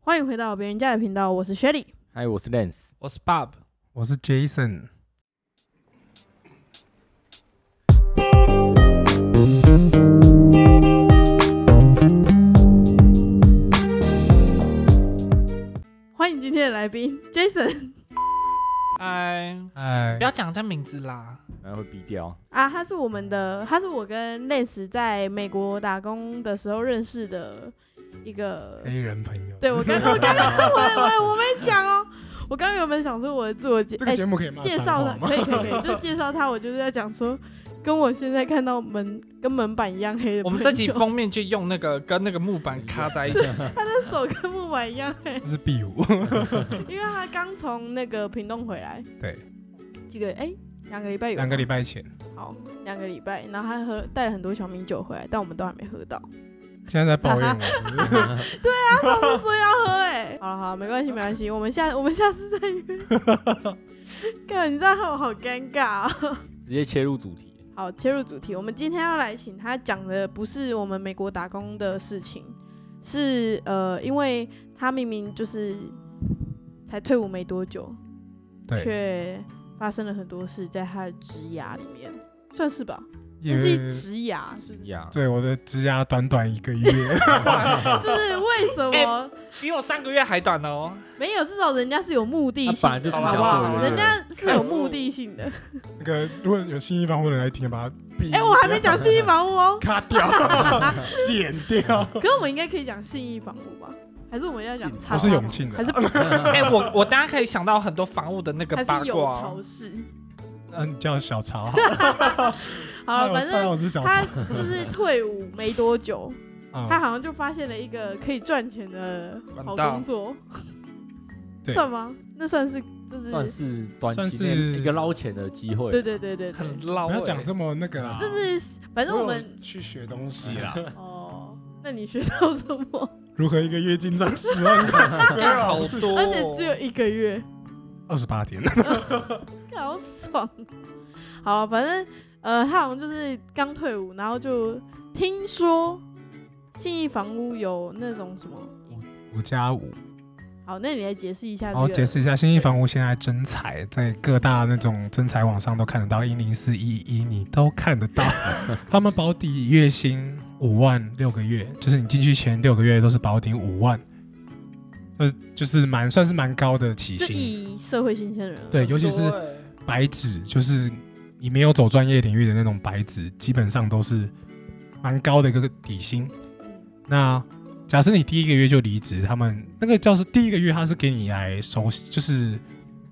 欢迎回到别人家的频道，我是雪莉。嗨，我是 Lens。我是 Bob，我是 Jason，欢迎今天的来宾 Jason 哎，哎不，要讲人家名字啦。然后会逼掉。啊，他是我们的，他是我跟 Lance 在美国打工的时候认识的一个。黑人朋友，对我刚我刚刚我我我没讲哦，我刚刚原本想说我的自我介这哎个节目可以骂介脏绍话他，吗？可以可以可以，就介绍他，我就是在讲说，跟我现在看到门跟门板一样黑的朋友，我们这集封面就用那个跟那个木板卡在一起，他的手跟木板一样黑，这是 B 五，因为他刚从那个屏东回来，对，几个哎两个礼拜有两个礼拜拜前，好两个礼拜，然后他喝带了很多小米酒回来，但我们都还没喝到，现在在抱怨我是不是， 他上次说要喝哎、好了好了，没关系没关系，我们下我们下次再约。看你这样害我好尴尬、哦。直接切入主题。 好，切入主题，我们今天要来请他讲的不是我们美国打工的事情，是呃，因为他明明就是才退伍没多久，对，却发生了很多事在他的职涯里面，算是吧？也那是职涯，是呀，对我的指甲短短一个月， 就是为什么比我三个月还短哦。没有？至少人家是有目的他性本来的，就只好想不做好？一对人个家是有目的性的。那个如果有新一方或者人来听，把它闭，哎、我还没讲信义房屋哦， 卡掉，剪掉，可是我们应该可以讲信义房屋吧？还是我们要讲信叉我叉是房永庆的，还是哎，我我大家可以想到很多房屋的那个还八是有卦啊潮，市？嗯，叫小曹好了，哎好 了，反当然正我是小他曹，就是退伍没多久，他啊，好像就发现了一个可以赚钱的好管道工作，对算吗？那算是就是 算是短算期内是一个捞钱的机会。对对对对对，很捞。不要讲哎这么那个啦，就是反正我们有去学东 西啦，哦，那你学到什么？哦如何一个月进账十万块，好 多，哦而且只有一个月，二十八天，好爽。哦好了，反正呃，他好像就是刚退伍，然后就听说信义房屋有那种什么。五加五。好，那你来解释一下这好，个。哦嗯解释一下，新一房屋现在征才，在各大那种征才网上都看得到，一零四一一你都看得 到。他们保底月薪五万六个月，就是你进去前六个月都是保底五万，就是就是蛮算是蛮高的起就薪。以社会新鲜人而对，论尤其是欸白纸，就是你没有走专业领域的那种白纸，基本上都是蛮高的一个底薪。那假设你第一个月就离职，他们那个教师第一个月他是给你来熟悉，就是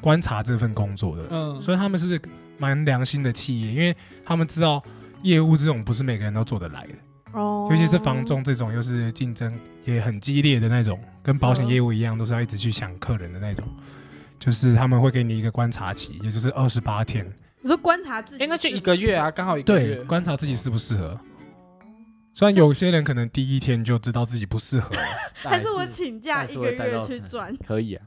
观察这份工作的，嗯，所以他们是蛮良心的企业，因为他们知道业务这种不是每个人都做得来的，哦，尤其是房仲这种又是竞争也很激烈的那种，跟保嗯险业务一样，都是要一直去抢客人的那种。就是他们会给你一个观察期，也就是二十八天，你说观察自己，哎，那就一个月。啊，刚好一个对，月。观察自己适不适合。虽然有些人可能第一天就知道自己不 适合，但还是我请假但一是个会带月到去钱赚，可以啊，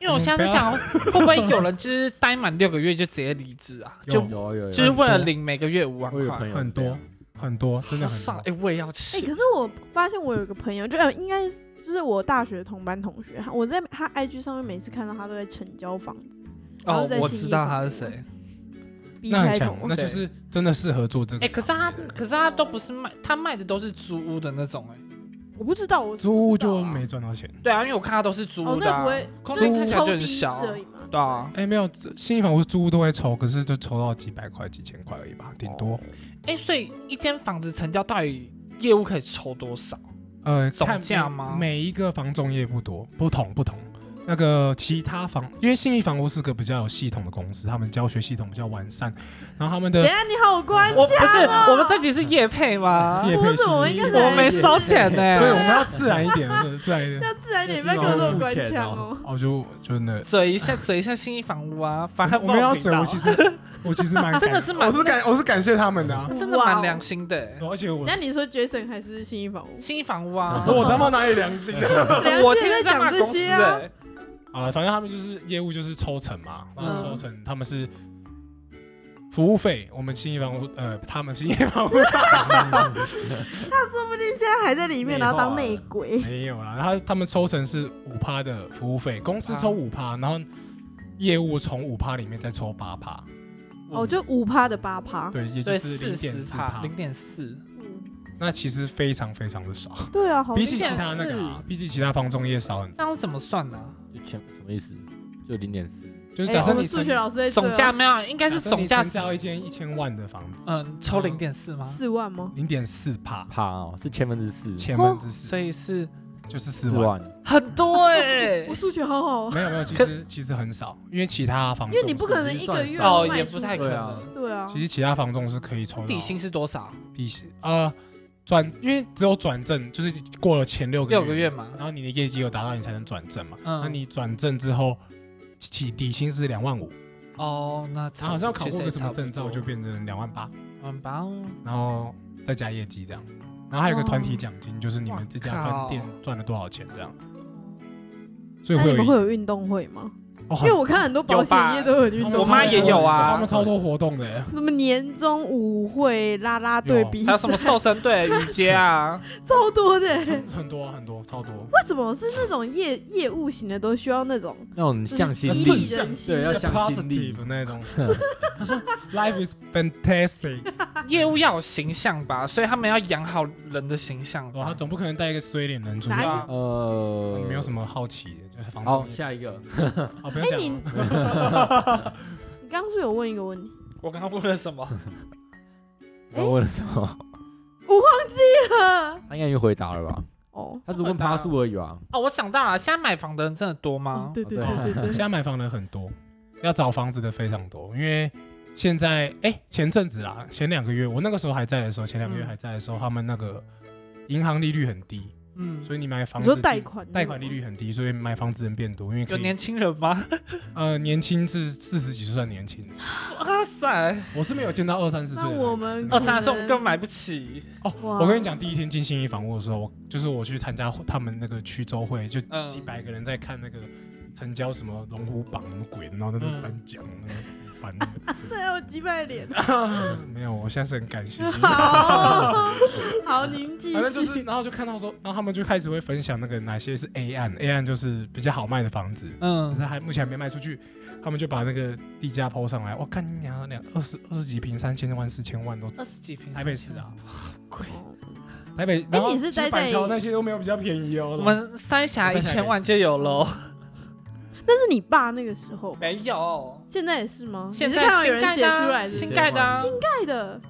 因为我现在在想，会不会有人就是待满六个月就直接离职 啊？有就有啊有啊有啊，就是为了领每个月五万我有朋块，友很是这多样很多，真的好很上多。哎，我也要 哎、去。可是我发现我有一个朋友，就、呃、应该就是我大学同班同学，我在他 IG 上面每次看到他都在成交房子，然后哦在，我信义知道房他屋是谁。逼那很开强头，，那就是真的适合做这哎，个。可是他，可是他都不是卖，他卖的都是租屋的那种，哎。我不知道，我是不租屋知道就啊没赚到钱。对啊，因为我看它都是租哦，的、那啊，不会，空就是间看起来抽就很第一小次啊而已嘛，对啊，哎，没有，这新房屋租屋都会抽，可是就抽到几百块、几千块而已吧，顶多。哎、所以一间房子成交到底业务可以抽多少？呃，总看价每吗每一个房仲业不多，不同不同。那个其他房，因为信义房屋是个比较有系统的公司，他们教学系统比较完善，然后他们等的一下你好关我不家是，哦，我们这集是业配吗？业不配是我们应该是我没收钱呢、所以我们要自然一点，是自然一点。 要自然一点，不要给我这种官腔 哦。哦，就就那，嘴一下，嘴一下新一房屋啊，反正我没有嘴，嘴， 我其实我其实蛮感真的是蛮我是感我是感谢他们的啊，真的蛮良心的、而 且我哦那你说 Jason 还是新一房屋？新一房屋啊，我他妈哪里良心啊？ 良我心天在天在讲骂这公司些哎、啊，嗯啊，反正他们就是业务就是抽成嘛，然后抽成他们是服务费，我们新一房屋呃，他们新 一房屋他说不定现在还在里面，内然后化当内鬼。没有啦，他他们抽成是五趴的服务费，公司抽五趴，然后业务从五趴里面再抽八趴，哦，就五趴的八趴。对，也就对，是零四点十四趴，趴零，点四，嗯那其实非常非常的少，对啊，好比起其像他那个啊，比起其他房中业少很多。这样是怎么算的啊？就全什么意思？就零点四，就是哎假设我们你数成学老师在这啊总价没有，啊应该是假设总你价成交一间一千万的房子，嗯，抽零点四吗？四万 吗？零点四趴，趴哦，是千分之四，千分之四，所以是就是四四万。万。很多哎、 我数学好好哦，没有没有，其实其实很少，因为其他房仲因为你不可能其一实算个月哦，卖也出不太去可对能啊。对啊，其实其他房仲是可以抽到底薪是多少？底薪啊转，因为只有转正就是过了前六个六个月，嘛。然后你的业绩有达到，你才能转正嘛。嗯那你转正之后起底薪是两万五，哦，那然后好像考过个什么证照就变成两万八，很 棒。然后再加业绩这样。然后还有一个团体奖金，就是你们这家哇靠饭店赚了多少钱这样，所以那会你有们一会有运动会吗？哦因为我看很多保险业都有运动他会，们我妈也有啊他们超多活动的耶，什么年终舞会、啦啦队比赛还有，啊什么瘦身队、瑜伽啊？超多的欸。很多很多超多。为什么是那种业业务型的都需要那种？那种就是向心激力励，人心对，要的向心力 positive。那种。他 说 life is fantastic，业务要有形象吧，所以他们要养好人的形象哦哇，他吧。总不可能带一个衰脸人出去哪。啊，呃，哦没有什么好奇的，就是房好，东业。下一个，好，不要哎、讲你了。 你刚刚是不是有问一个问题， 我刚刚问了什 么？哎我问了什么？我忘记了。他应该就回答了吧？哦，他只问趴数而已吧？哦，我想到了，现在买房的人真的多吗？对对对对对，现在买房的很多，要找房子的非常多，因为现在哎，前阵子啦，前两个月我那个时候还在的时候，前两个月嗯还在的时候，他们那个银行利率很低，嗯，所以你买房你子说贷款贷款利率很低，所以买房子人变多，因为有可以年轻人吗？ 呃年轻至四十几岁算年轻的，哇塞，我是没有见到二三十岁的那人。我们真的二三岁我们根本买不起。哦，哇我跟你讲，第一天进新一房屋的时候，我就是我去参加他们那个区州会，就嗯几百个人在看那个成交什么龙虎榜什么鬼的，然后在那边颁奖，那边颁那这要几百脸。个嗯没有，我现在是很 感谢。好， 好，您继反正就是，续。然后就看到说，然后他们就开始会分享那个哪些是 A 案，A 案就是比较好卖的房子，可嗯是还目前还没卖出去，他们就把那个地价抛上来，我看你娘两二十二十几平，三千万四千万都二十几平，台北市啊，贵。哦台北，然后哎你是其实待板在桥那些都没有比较便宜哦，我们三峡一千万就有喽，那是你爸那个时候吧，没有？现在也是吗？现你在是看到有新人盖写的出啊，来是新新盖的啊，盖的，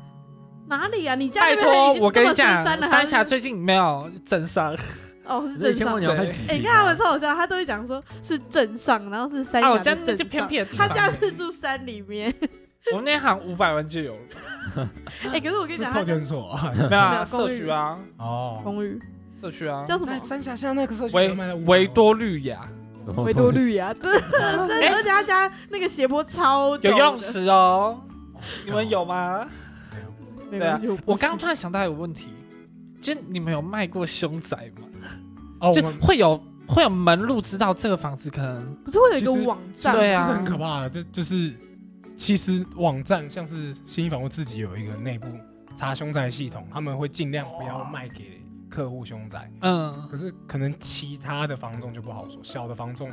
哪里啊？你家那拜边还托已，经我跟这你么深讲，山了三峡还是最近没有镇上，哦是这镇千上万你的。要看几哎，平你啊？看他们超好笑，他都会讲说是镇上，然后是山啊，我崖家的那就镇偏上。僻的地他方，家是住山里 面，我们那行五百万就有 了，哎，可是我跟你是讲，透他家天所啊没有没有啊，公社寓区啊，哦。公寓社区啊，叫什么？三峡巷那个社维维多利亚什么维多东西绿呀，真的 真的，哎而且他家那个斜坡超陡的有游泳，池哦，你们有吗？没关系，我刚刚突然想到一个问题，就是你们有卖过凶宅吗？哦，我就们会有会有门路知道这个房子可能不是会有一个其实网这站对这啊是很可怕的，这就是其实网站像是新房屋自己有一个内部查凶宅系统，他们会尽量不要卖给客户凶宅，嗯可是可能其他的房仲就不好说，小的房仲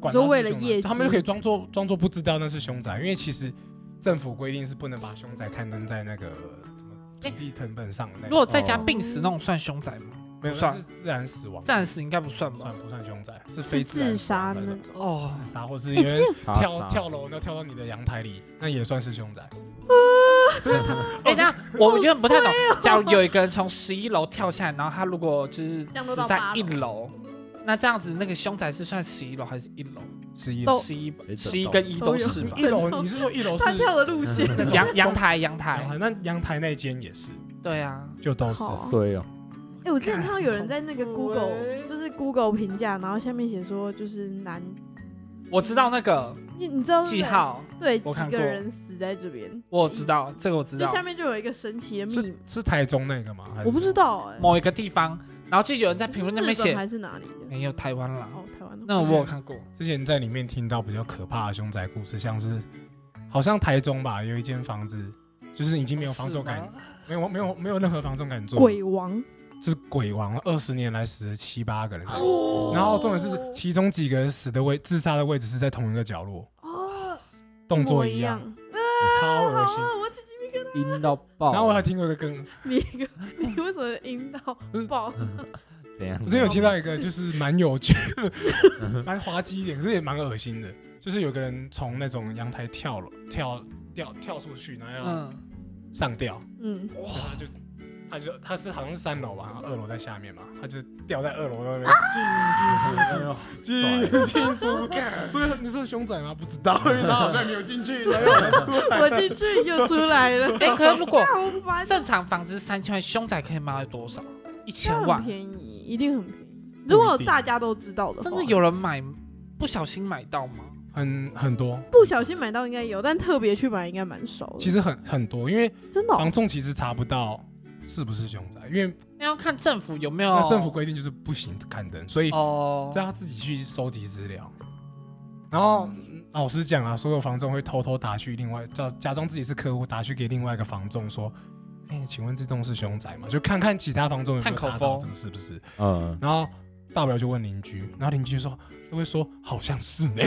管你说他是为了凶宅业绩他们就可以装作装作不知道那是凶宅，因为其实政府规定是不能把凶宅刊登在那个什么土地成本上的那如种，果在家病死那种算凶宅吗？哦没有不算那是自然死亡，暂时应该不算不吧算。不算凶宅，是是非自杀的那那种种。哦，自杀，或是哎，因这 为样趴跳杀跳楼，然后跳到你的阳台里，那也算是凶宅。啊真的他，哎，那我有点不太懂。哦假如有一个人从十一楼跳下来，然后他如果就是降落死到在八一楼楼，那这样子那个凶宅是算十一楼还是一楼？是一都十一哎十一都跟一都都有是吧？一楼，你是说一楼是他跳的路线，那种阳阳台阳阳台，台？那阳台那间也是，对啊，就都是好啊衰哦，哎、我之前看到有人在 那个干 Google，喂就是 Google 评价，然后下面写说就是男，我知道那个你你知道记号，对我几看个过人死在这边，我知道这个我知就道，下面就有一个神奇的密是码，是台中那个吗？还是我不知道哎、某一个地方，然后就有人在评论那边是日本写，哎还是哪里的？没有台湾啦，哦，台湾的。那我有看过，之前在里面听到比较可怕的凶宅故事，像是好像台中吧，有一间房子，就是已经没有防重是感吗，没有没有没有任何防重感做，鬼王是鬼王，二十年来死了七八个人这样，哦然后重点是其中几个人死的位自杀的位置是在同一个角落，哦，动作一一样，啊超恶心好。哦啊我起鸡皮疙瘩。阴到爆。然后我还听过一个更，你一个 你为什么阴道就是爆？怎样？我之前有听到一个，就是蛮有趣、蛮滑稽一点，可是也蛮恶心的。就是有个人从那种阳台跳了，跳掉跳出去，然后要嗯，上吊，嗯，然后他就他就他是好像是三楼吧，然后二楼在下面嘛，他就掉在二楼那边进进出出，进进出出。所以你说凶宅吗？不知道，因为他好像没有进去，然后才出来我进去又出来了， 哎，可是如果好烦。正常房子三千万，凶宅可以卖到多少？一千那万很，便宜，一定很便宜。如果大家都知道的话，真的有人买，不小心买到吗？很很多，不小心买到应该有，但特别去买应该蛮少的。其实很很多，因为真的哦、房仲其实查不到是不是凶宅，因为那要看政府有没有那政府规定就是不行刊登，所以哦，这要自己去收集资料。然后嗯老实讲啊，所有房仲会偷偷打去另外，假假装自己是客户，打去给另外一个房仲说：“哎、请问这栋是凶宅吗？”就看看其他房仲有没有探口查到风这个是不是。嗯，然后大不了就问邻居，然后邻居说都会说好像是 呢、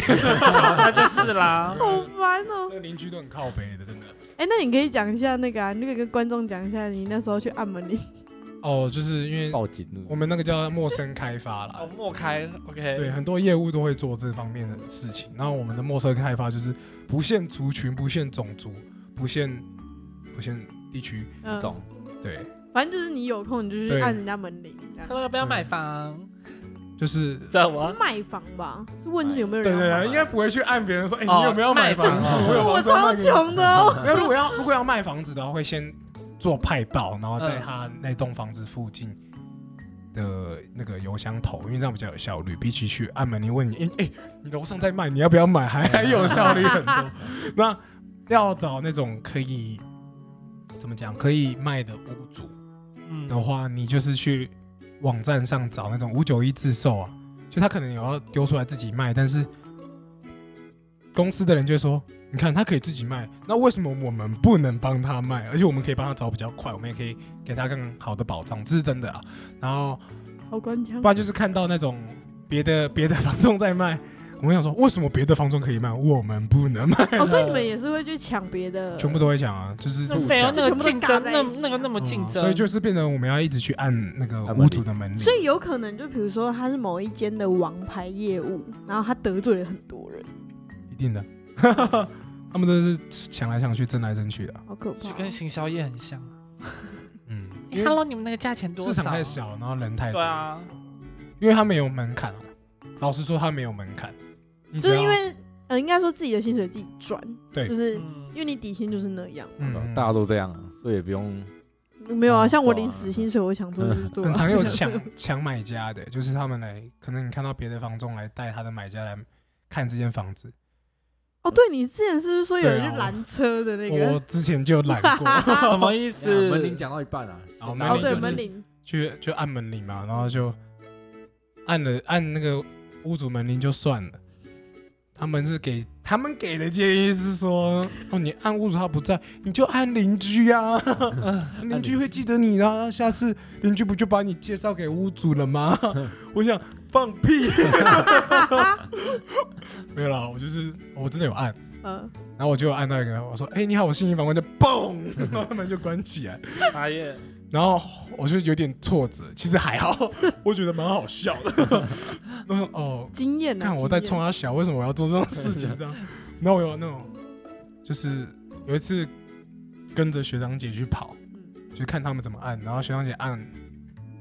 那就是 啦。好烦哦、那个邻居都很靠北的，真的。哎、那你可以讲一下那个啊，你可以跟观众讲一下你那时候去按门铃，哦，就是因为报警了。我们那个叫陌生开发啦哦，，莫开，OK，对，很啊多业务都会做这方面的事情。然后我们的陌生开发就是不限族群、不限种族、不限不限地区，嗯，总对，反正就是你有空你就去对按人家门铃，这样 Hello，不要买房，就是知道是吗？卖房吧？是问有没有对人对要买？对，应该不会去按别人说，哎、哦你有没有买卖房房子？子我有我房子要超卖给你。穷的 哦、那如果要如果要卖房子的话，会先做派报，然后在嗯他那栋房子附近的呃那个邮箱投，因为这样比较有效率。比起去按门铃问你，哎、哎、你楼上在卖，你要不要买？还还有效率很多。那要找那种可以怎么讲可以卖的屋主嗯的话，你就是去网站上找那种五九一自售啊，就他可能有要丢出来自己卖，但是公司的人就会说，你看他可以自己卖，那为什么我们不能帮他卖？而且我们可以帮他找比较快，我们也可以给他更好的保障，这是真的啊。然后好官腔不，然就是看到那种别的 别的房仲在卖，我们想说为什么别的房仲可以卖，我们不能卖？哦，所以你们也是会去抢别的，全部都会讲啊，就是那互废相话，那全部个都竞嘎争，在那一起啊那个那么嗯竞争，所以就是变成我们要一直去按那个按门铃屋主的门铃，所以有可能就比如说他是某一间的王牌业务，然后他得罪了很多人，一 定的，他们都是抢来抢去，争来争去的啊。好可怕就哦、跟行销业很像。嗯，哎 Hello，你们那个价钱多少？市场太。小，然后人太多，对啊，因为它没有门槛啊。老实说，它没有门槛，你只就是因要为呃，应该说自己的薪水自己赚，对就是嗯因为你底薪就是那样，嗯大家啊都这样，所以也不用。没有啊，哦像我对啊临时薪水，我想做就做啊，嗯很常有抢 抢买家的，就是他们来，可能你看到别的房仲来带他的买家来看这间房子， 哦，对你之前是不是说有人对啊去我拦车的那我个？之前就懒过，什么意哎思？门铃讲到一半啊，哦先门打 哦，个铃对，就是门铃，去就按门铃嘛，然后就按了按那个屋主门铃就算了。他们是给他们给的建议是说，哦，你按屋主他不在，你就按邻居 啊，邻居会记得你的啊，下次邻居不就把你介绍给屋主了 吗？我想放屁， 没有啦，我就是我真的有按，嗯，然后我就有按到一个，我说，哎、你好，我心仪房，我就嘣， 然后门就关起来，茶叶，然后我就有点挫折，其实还好， 我觉得蛮好笑的。 那种哦，经验啊，看我在经冲验他小，为什么我要做这种事情？这样，然后我有那种，就是有一次跟着学长姐去跑，嗯就看他们怎么按，然后学长姐按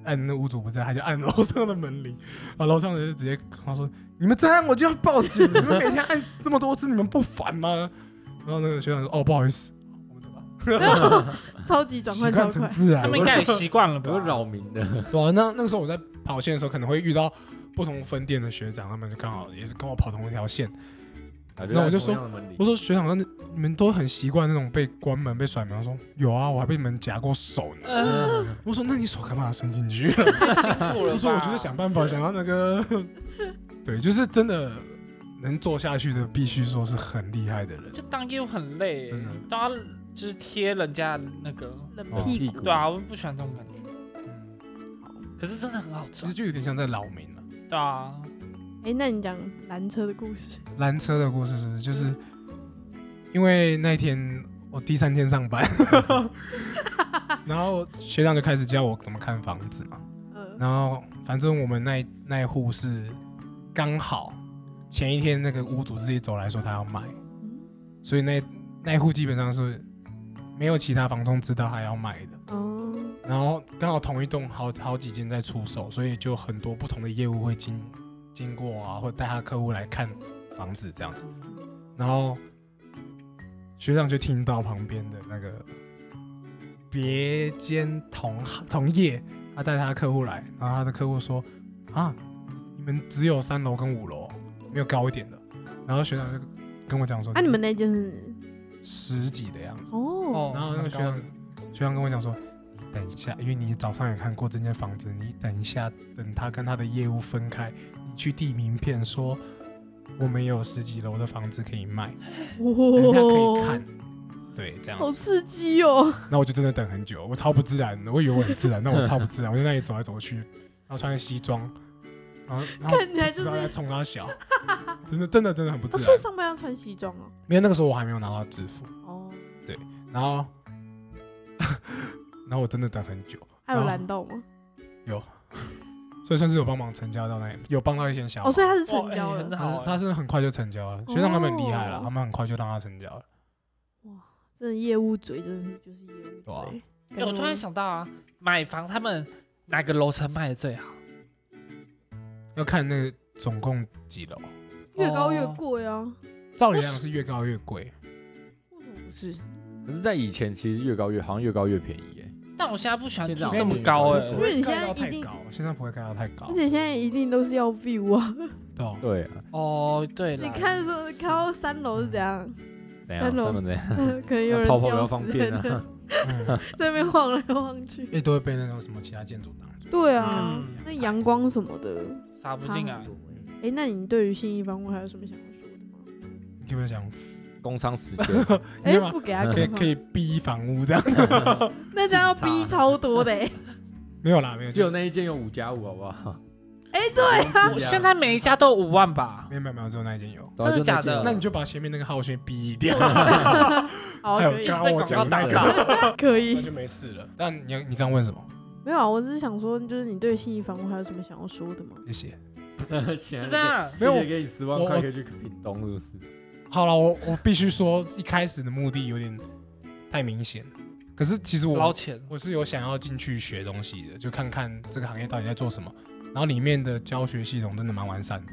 按那屋主不在，他就按楼上的门铃， 啊，楼上的就直接跟他说：“你们再按我就要报警，你们每天按这么多次，你们不烦吗？”然后那个学长说：“哦，不好意思，我们走吧。 超级”转 习换惯超成快，自然他了， 们应该也习惯了吧有？扰民的，对啊，那那个时候我在跑线的时候，可能会遇到不同分店的学长，他们就刚好也是跟我跑同一条线。那我就说啊同样的门铃，我说学长，那你们都很习惯那种被关门、被甩门。他说有啊，我还被门夹过手呢。 嗯我说那你手干嘛伸进去？啊太辛苦了吧。他说我就是想办法想要那个，对，就是真的能做下去的，必须说是很厉害的人。就当业务很累、真的都要就是贴人家那个，冷哦屁屁股股对啊，我不喜欢这种感觉。嗯，可是真的很好其赚实，就有点像在扰民了。对啊，哎、那你讲拦车的故事，拦车的故事是不是？就是因为那天我第三天上班，然后学长就开始教我怎么看房子嘛。嗯、然后反正我们那一那一户是刚好前一天那个屋主自己走来说他要买，嗯所以那那一户基本上是没有其他房东知道他要买的。哦，然后刚好同一栋好好几间在出售，所以就很多不同的业务会经经过啊，或带他客户来看房子这样子。然后学长就听到旁边的那个别间同行同业，他带他客户来，然后他的客户说：“啊，你们只有三楼跟五楼，没有高一点的。”然后学长就跟我讲说：“啊，你们那件是十几的样子。”哦，然后那个学长蛮高的，学长跟我讲说，你等一下，因为你早上也看过这间房子，你等一下，等他跟他的业务分开，你去递名片说，我们有十几楼的房子可以卖，等一下可以看。对，这样哦好刺子，激哦！那我就真的等很久，我超不自然的，我以为我很自然，但我超不自然，我在那里走来走去，然后穿着西装，然后然后看起来不知就道是在冲他笑，真的真的真的很不啊、自所以 然，上班要穿西装哦。因为那个时候我还没有拿到支付，哦，然后 然后我真的等很久，还有哦拦到吗？所以算是有帮忙成交到那，有帮到一些小哦，所以他是哇成哎交很了，好他哎，是很快就成交了，学长他们很厉害了哦，他们很快就让他成交了。真的业务嘴，真的是就是业务对啊嘴。哎我突然想到啊，买房他们哪个楼层卖的最好？要看那个总共几楼，越高越哦贵啊，照理来讲是越高越贵，为什么不是？可是，在以前其实越高越好像越高越便宜哎。但我现在不喜欢现在住好像这么没有高哎、越因贵为你现在太一定，高，现在不会盖到太高而，且现在一定都是要 view 啊。对哦，对啊，哦，对了，你看说看到三楼是怎样？怎样？三楼三楼怎 样？可能有人泡泡比吊较死方便人 了，啊。嗯在那边晃来晃去。哎，都会被那种什么其他建筑挡住。对啊嗯，那阳光什么的杀不差很进啊多来。哎。哎，那你对于信义房屋还有什么想要说的吗？你有没有嗯想？工商时 间，你有哎，没有不给他可以看可，以逼房屋这样？嗯那这样要逼超多的哎。 没有啦，没有，只有那一间有五加五，好不好？哎，对， 不一样现在每一家都五万吧没？有没有没有，只有那一间有。对啊真的就那假的间那你就把前面那个号先逼掉，嗯好，还有可以刚刚我讲的那被广告个，可那以。就没事了。但你你刚问什么？没有啊，我只是想说，就是你对信义房屋还有什么想要说的吗？谢谢。是 是这，样，啊没有谢谢给你十万我块我可以去屏东，是不是？好了，我我必须说，一开始的目的有点太明显。可是其实捞我钱。我是有想要进去学东西的，就看看这个行业到底在做什么。然后里面的教学系统真的蛮完善的，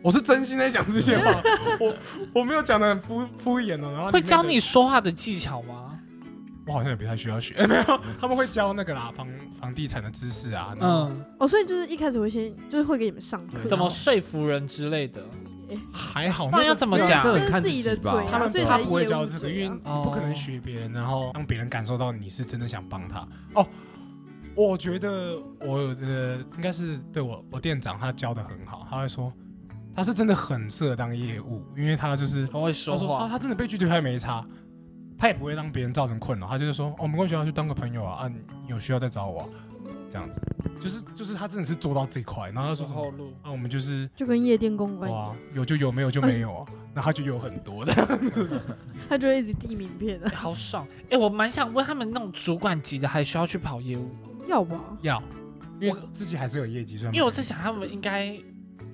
我是真心在讲这 些话，我我没有讲的敷敷衍哦。然后里面的会教你，说话的技巧吗？我好像也不太需要学，哎没有，他们会教那个啦，房房地产的知识啊，然后嗯，哦，所以就是一开始会先，就是会给你们上课，啊怎么说服人之类的？还好，不然那要个怎么对啊讲？这这个是很看自己的自己吧嘴啊，他们所以哦他才不会业务教这个，嘴因为啊你不可能学别人，然后让别人感受到你是真的想帮他。哦，我觉得我的应该是对我我店长他教的很好，他会说他是真的很适合当业务，因为他就是很会他说说他话。他真的被拒绝他也没差，他也不会让别人造成困扰，他就是说哦没关系啊，去当个朋友啊，啊你有需要再找我、啊、这样子，就是就是他真的是做到这一块，然后他说什么后路，啊我们就是。就跟夜店公关一哇样，，有就有，没有就没有啊。那他就有很多的，他就会一直递名片啊，欸好爽！哎，我蛮想问他们那种主管级的，还需要去跑业务？要吧？要，因为我自己还是有业绩，算因为我在想，他们应该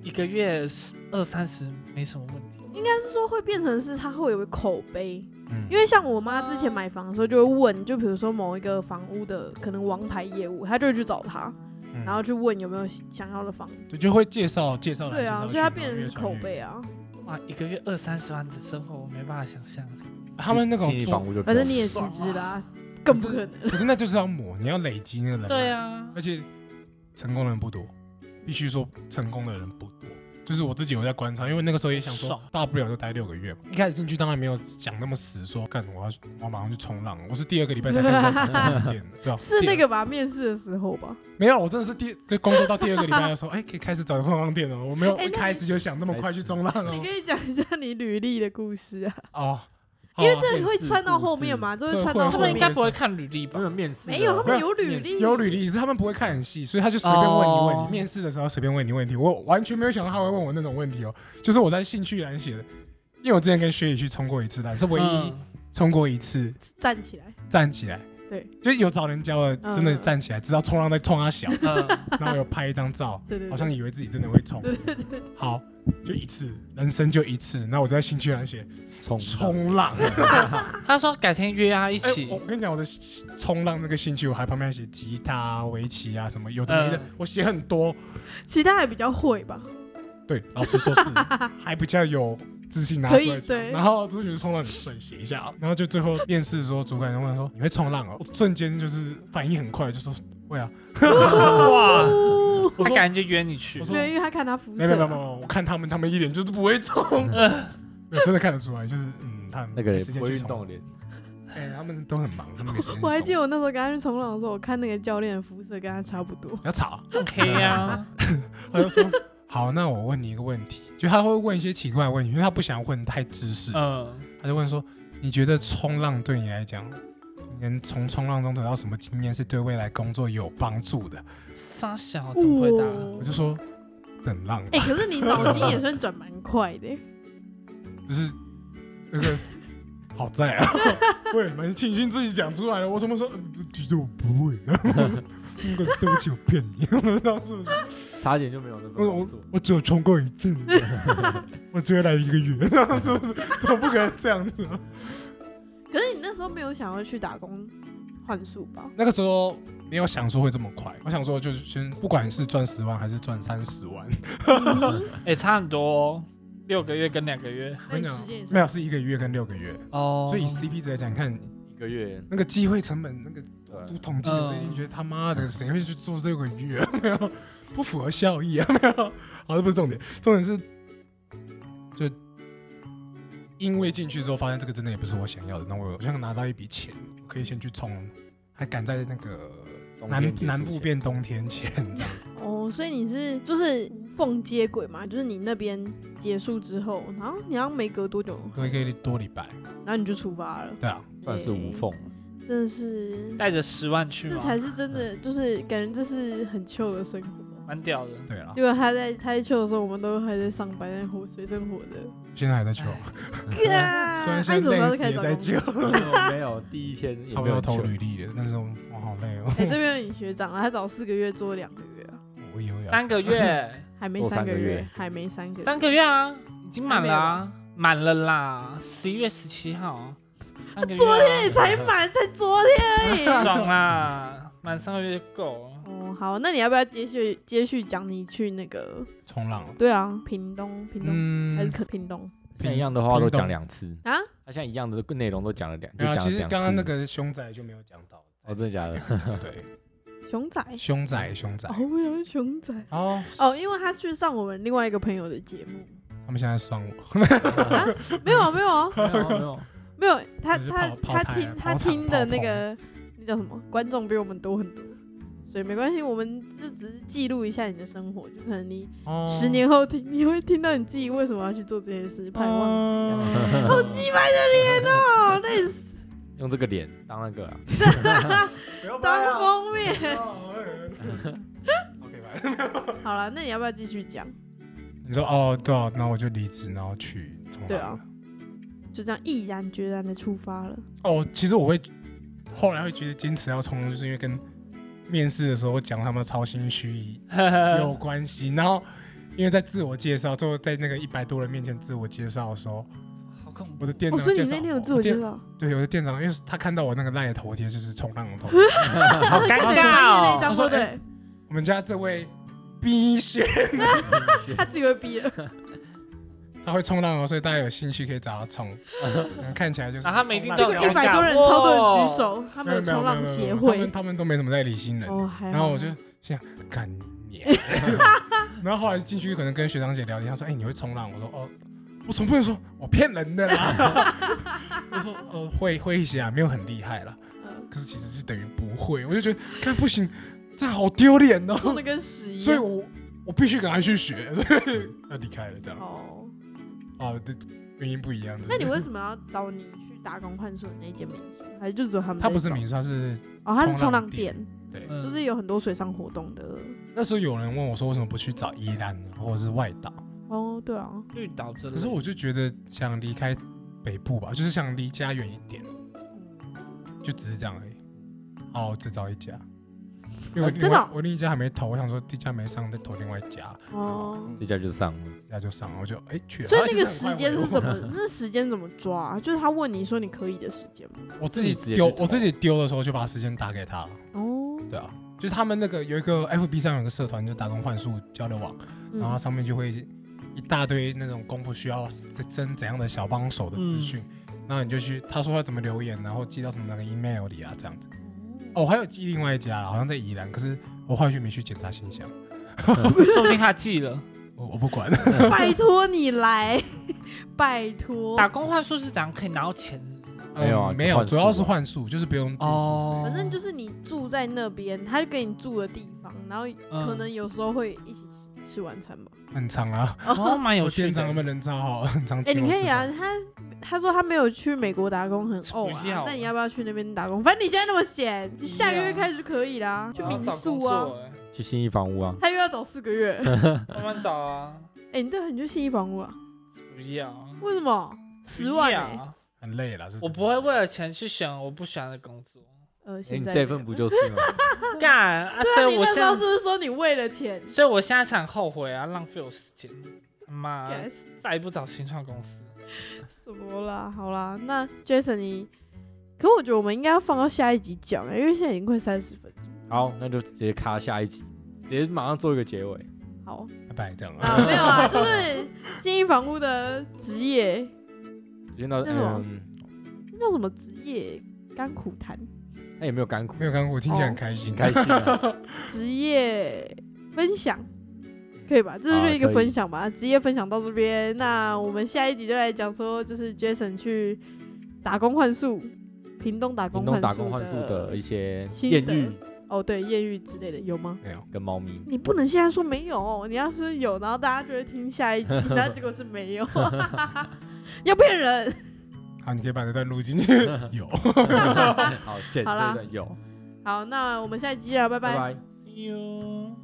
一个月二三十没什么问题。应该是说会变成是他会有个口碑，嗯因为像我妈之前买房的时候就会问，就比如说某一个房屋的可能王牌业务，她就会去找他，嗯然后去问有没有想要的房子。对就会介绍介绍来，对啊，介绍所去以它变成是然后口越传越碑啊。哇，一个月二三十万的生活，我没办法想象。他们那种信义房 做，屋就反正你也是辞职啦、更不可能。可是那就是要磨，你要累积那个人，对，啊，而且成功的人不多，必须说成功的人不多，就是我自己有在观察，因为那个时候也想说爽，大不了就待六个月嘛。一开始进去当然没有讲那么死说干我要我马上去冲浪，我是第二个礼拜才开始在冲浪店 的，对吧、是第二那个吧？面试的时候吧？没有，我真的是第这工作到第二个礼拜的时候，哎、可以开始找冲浪店了。我没有哎那一你开始就想那么快去冲浪你哦可。以讲一下你履历的故事啊，哦，因为好啊这会面试穿到故后面事嘛，这这会穿会到他后们应该面。不会看履历吧没？有面试的，没有，他没们有履面历，有履历，是他们不会看很细，所以他就随便问你问哦题。面试的时候随便问你问题，我完全没有想到他会问我那种问题哦。就是我在兴趣栏写的，因为我之前跟薛宇去冲过一次浪，是唯一嗯冲过一次站起来。站起来。对，就有找人教了，真的嗯站起来，知道冲浪在冲 他小，嗯然后有拍一张照，对对对，好像以为自己真的会冲。好，就一次，人生就一次。那我就在兴趣栏写冲啊冲浪。他说改天约啊，一哎、起我。跟你讲，我的冲浪那个兴趣，我还旁边还写吉他、围棋啊什么，有的没的，嗯我写很多。其他还比较会吧？对，老 实说是还比较有自信拿出可来以讲对。然后就觉得冲浪很顺，写一下。然后就最后面试的时候，主管就问说：“你会冲浪哦？”我瞬间就是反应很快，就说：“会啊。 哇，呜我他 说感觉约你去我。说没有，因为他看他肤：“没有没色有没嘛。有，我看他们，他们一脸就是不会冲。嗯没有真的看得出来，就是嗯，他们那个没人时间不会去运冲动。脸，哎、他们都很忙，他们没时间去我冲。还记得我那时候跟他去冲浪的时候，我看那个教练的肤色跟他差不多。不要吵。 OK 啊 呀，他就说：“好，那我问你一个问题，就他会问一些奇怪的问题，因为他不想问太知识，嗯，他就问说：你觉得冲浪对你来讲，你能从冲浪中得到什么经验是对未来工作有帮助的傻小哦怎么回答？哇我就说：等浪吧，哦哎、可是你脑筋也算转蛮快的、欸就是那个好在啊，我也蛮庆幸自己讲出来了。我什么时候嗯其实我不会，然后那个对不起，我骗你， 然后是不是？”差点就没有那份我工我作。我只有冲过一次，我只会来一个月， 是不是？怎么不可能这样子？可是你那时候没有想要去打工换宿吧？那个时候没有想说会这么快，我想说就是先，不管是赚十万还是赚三十万，嗯哎，差很多哦，六个月跟两个月那你时间也哦没算有是一个月跟六个月，哦。所以以 CP 值来讲，你看一个月，那个机会成本，那个对呃啊都统计，嗯我已经觉得他妈的谁会去做六个月啊？没有，不符合效益啊？没有，好，这不是重点，重点是就。因为进去之后发现这个真的也不是我想要的，那我我想拿到一笔钱，我可以先去冲，还赶在那个冬天南结束南部前变冬天前这样。哦，所以你是就是无缝接轨嘛，就是你那边结束之后，然后你要没隔多久，隔一个多礼拜，然后你就出发了，对啊，算是无缝了，真的是，带着十万去吗，这才是真的，就是感觉这是很 chill 的生活。蛮屌的。对啊结，果他在他在 chill 的时候，我们都还在上班，在活水深火热。现在还在求，虽嗯 虽然然现在那你怎么知道累是死开始也找在工作求，没有第一天也差不没多有投球履历了，但是我好累哦，哎、这边有你学长啊，他找四个月做两个月啊，我以为要三 个月，还没哦做三个个月还没三个月，三个月啊，已经满了啊，满了啦，十一月十七号，三个月啊昨天也哎才满，才昨天 而已。爽啦，满三个月就够了。哦，好，那你要不要接续接续讲你去那个？冲浪了，对啊，屏东，屏东、还是嗯，可屏东像一样的话屏都东讲两次，啊？他像一样的内容都讲了两，就对啊，讲其了实两次。刚刚那个凶仔就没有讲到，哦，真的假的？对，熊仔凶仔凶仔哦，，我想是熊仔 哦，哦，因为他去上我们另外一个朋友的节 目，他们现在酸我，没有啊没有啊 没有没有，没有，他就是他跑跑他台听啊他跑场听的跑那个那叫什么观众比我们多很多，所以没关系，我们就只是记录一下你的生活，就可能你哦十年后听，你会听到你自己为什么要去做这些事，怕你忘记啊。哦好鸡掰的脸哦，累死！用这个脸当那个啊，当封面。啊 OK 吧。 好了，那你要不要继续讲？你说哦，对啊，然后我就离职，然后去冲浪。对啊，就这样毅然决然的出发了。哦，其实我会后来会觉得坚持要冲，就是因为跟面试的时候讲他们超心虚呃有关系。然后因为在自我介绍，最后在那个一百多人面前自我介绍的时候，好恐怖我的店哦，长所以介你绍那我、天有自我介店 绍，对，我的店长，因为他看到我那个赖的头贴就是冲浪的头贴，好尴他专业啊那一尬张哦。说他说哎对，我们家这位冰雪， 他自己会逼了。他会冲浪哦，所以大家有兴趣可以找他冲。嗯看起来就是然后啊他们一定冲这样浪的一百多人，哇超多人举手，啊他们没有有没有冲浪没有没协有他会哦哎 们。他们都没什么在理新人。哦，还好然后我就想，干你娘！啊 然后后来进去可能跟学长姐聊天，他说：“哎、你会冲浪？”我说：“哦，我从不会说，我骗人的啦。” 我说：“呃，会会一些啊，没有很厉害啦。嗯，可是其实是等于不会。”我就觉得，看不行，这好丢脸哦。痛的跟屎一样。所以我我必须赶快去学， 所以要离开了这样。哦，哦，这原因不一样。那你为什么要找你去打工换宿的那间民宿？还是就只有他们？他不是民，宿，他是哦，它是冲冲浪浪店店，对。嗯就是有很多水上活动的。那时候有人问我说，为什么不去找宜兰或者是外岛？哦，对啊，绿岛之类。可是我就觉得想离开北部吧，就是想离家远一点，嗯就只是这样而已。好，我只找一家，因为我哦真的哦我我另一家还没投，我想说这家没上，再投另外一家，哦，这家就上了。这家就上了，我就哎去了。所以啊那其个实时很快间回是来怎么？那时间怎么抓啊、就是他问你说你可以的时间吗？我自己自己直接丢去，投我自己丢的时候就把时间打给他了。哦，对啊，就是他们那个有一个 FB 上有个社团，就是打工换宿交流网，然后嗯，上面就会一大堆那种公布需要征怎样的小帮手的资讯，嗯然后你就去他说要怎么留言，然后寄到什么那个 email 里啊这样子。哦，我还有寄另外一家啦，好像在宜兰，可是我后来就没去检查信箱， 说不定他记了。我我不管。拜托你来，拜托。打工换宿是怎样可以拿到钱？是不 是没有啊就嗯没有，换宿主要是换宿，就是不用住宿费。哦反正就是你住在那边，他就给你住的地方，然后嗯可能有时候会一起吃吃晚餐吧。很 长啊，哦，蛮有我趣店长他的。们人超好， 很长。哎、你可以啊，，他他说他没有去美国打工很不哦啊要，那你要不要去那边打工？反正你现在那么闲，你下个月开始就可以啦，去民宿啊。，去新一房屋啊，他又要找四个月，慢慢找啊。哎、你对很去信义房屋啊？不要，为什么？十万不哎、要很累了，是我不会为了钱去选我不喜欢的工作。呃，哎，现你在、这份不就是吗？干啊！所对啊，以你我那现时候在是，不是说你为了钱？所以我现在才很后悔啊，浪费我时间。妈，干再也不找新创公司。什么啦？好啦，那 Jason 你，可我觉得我们应该要放到下一集讲、欸，因为现在已经快三十分钟。好，那就直接卡下一集，直接马上做一个结尾。好拜拜这样啊。啊，没有啊，就是新一房屋的职业，直接到那种嗯，那叫什么职业？甘苦谈，哎那也没有干苦没，有刚刚我听起来很开心，哦挺开心 的。职业分享，可以吧？这就是一啊个可以分享吧，职业分享到这边，那我们下一集就来讲说，就是 Jason 去打工换宿，屏东打工屏换东宿打工换宿的一些心艳得遇哦，对，艳遇之类的有吗？没有。跟猫咪。你不能现在说没有，你要说有，然后大家就会听下一集，然后结果是没 有， 要骗人。 好，你可以把这段录进 去。有。好，简好啦单的有，好，那我们下一集见了，拜拜拜。 See you。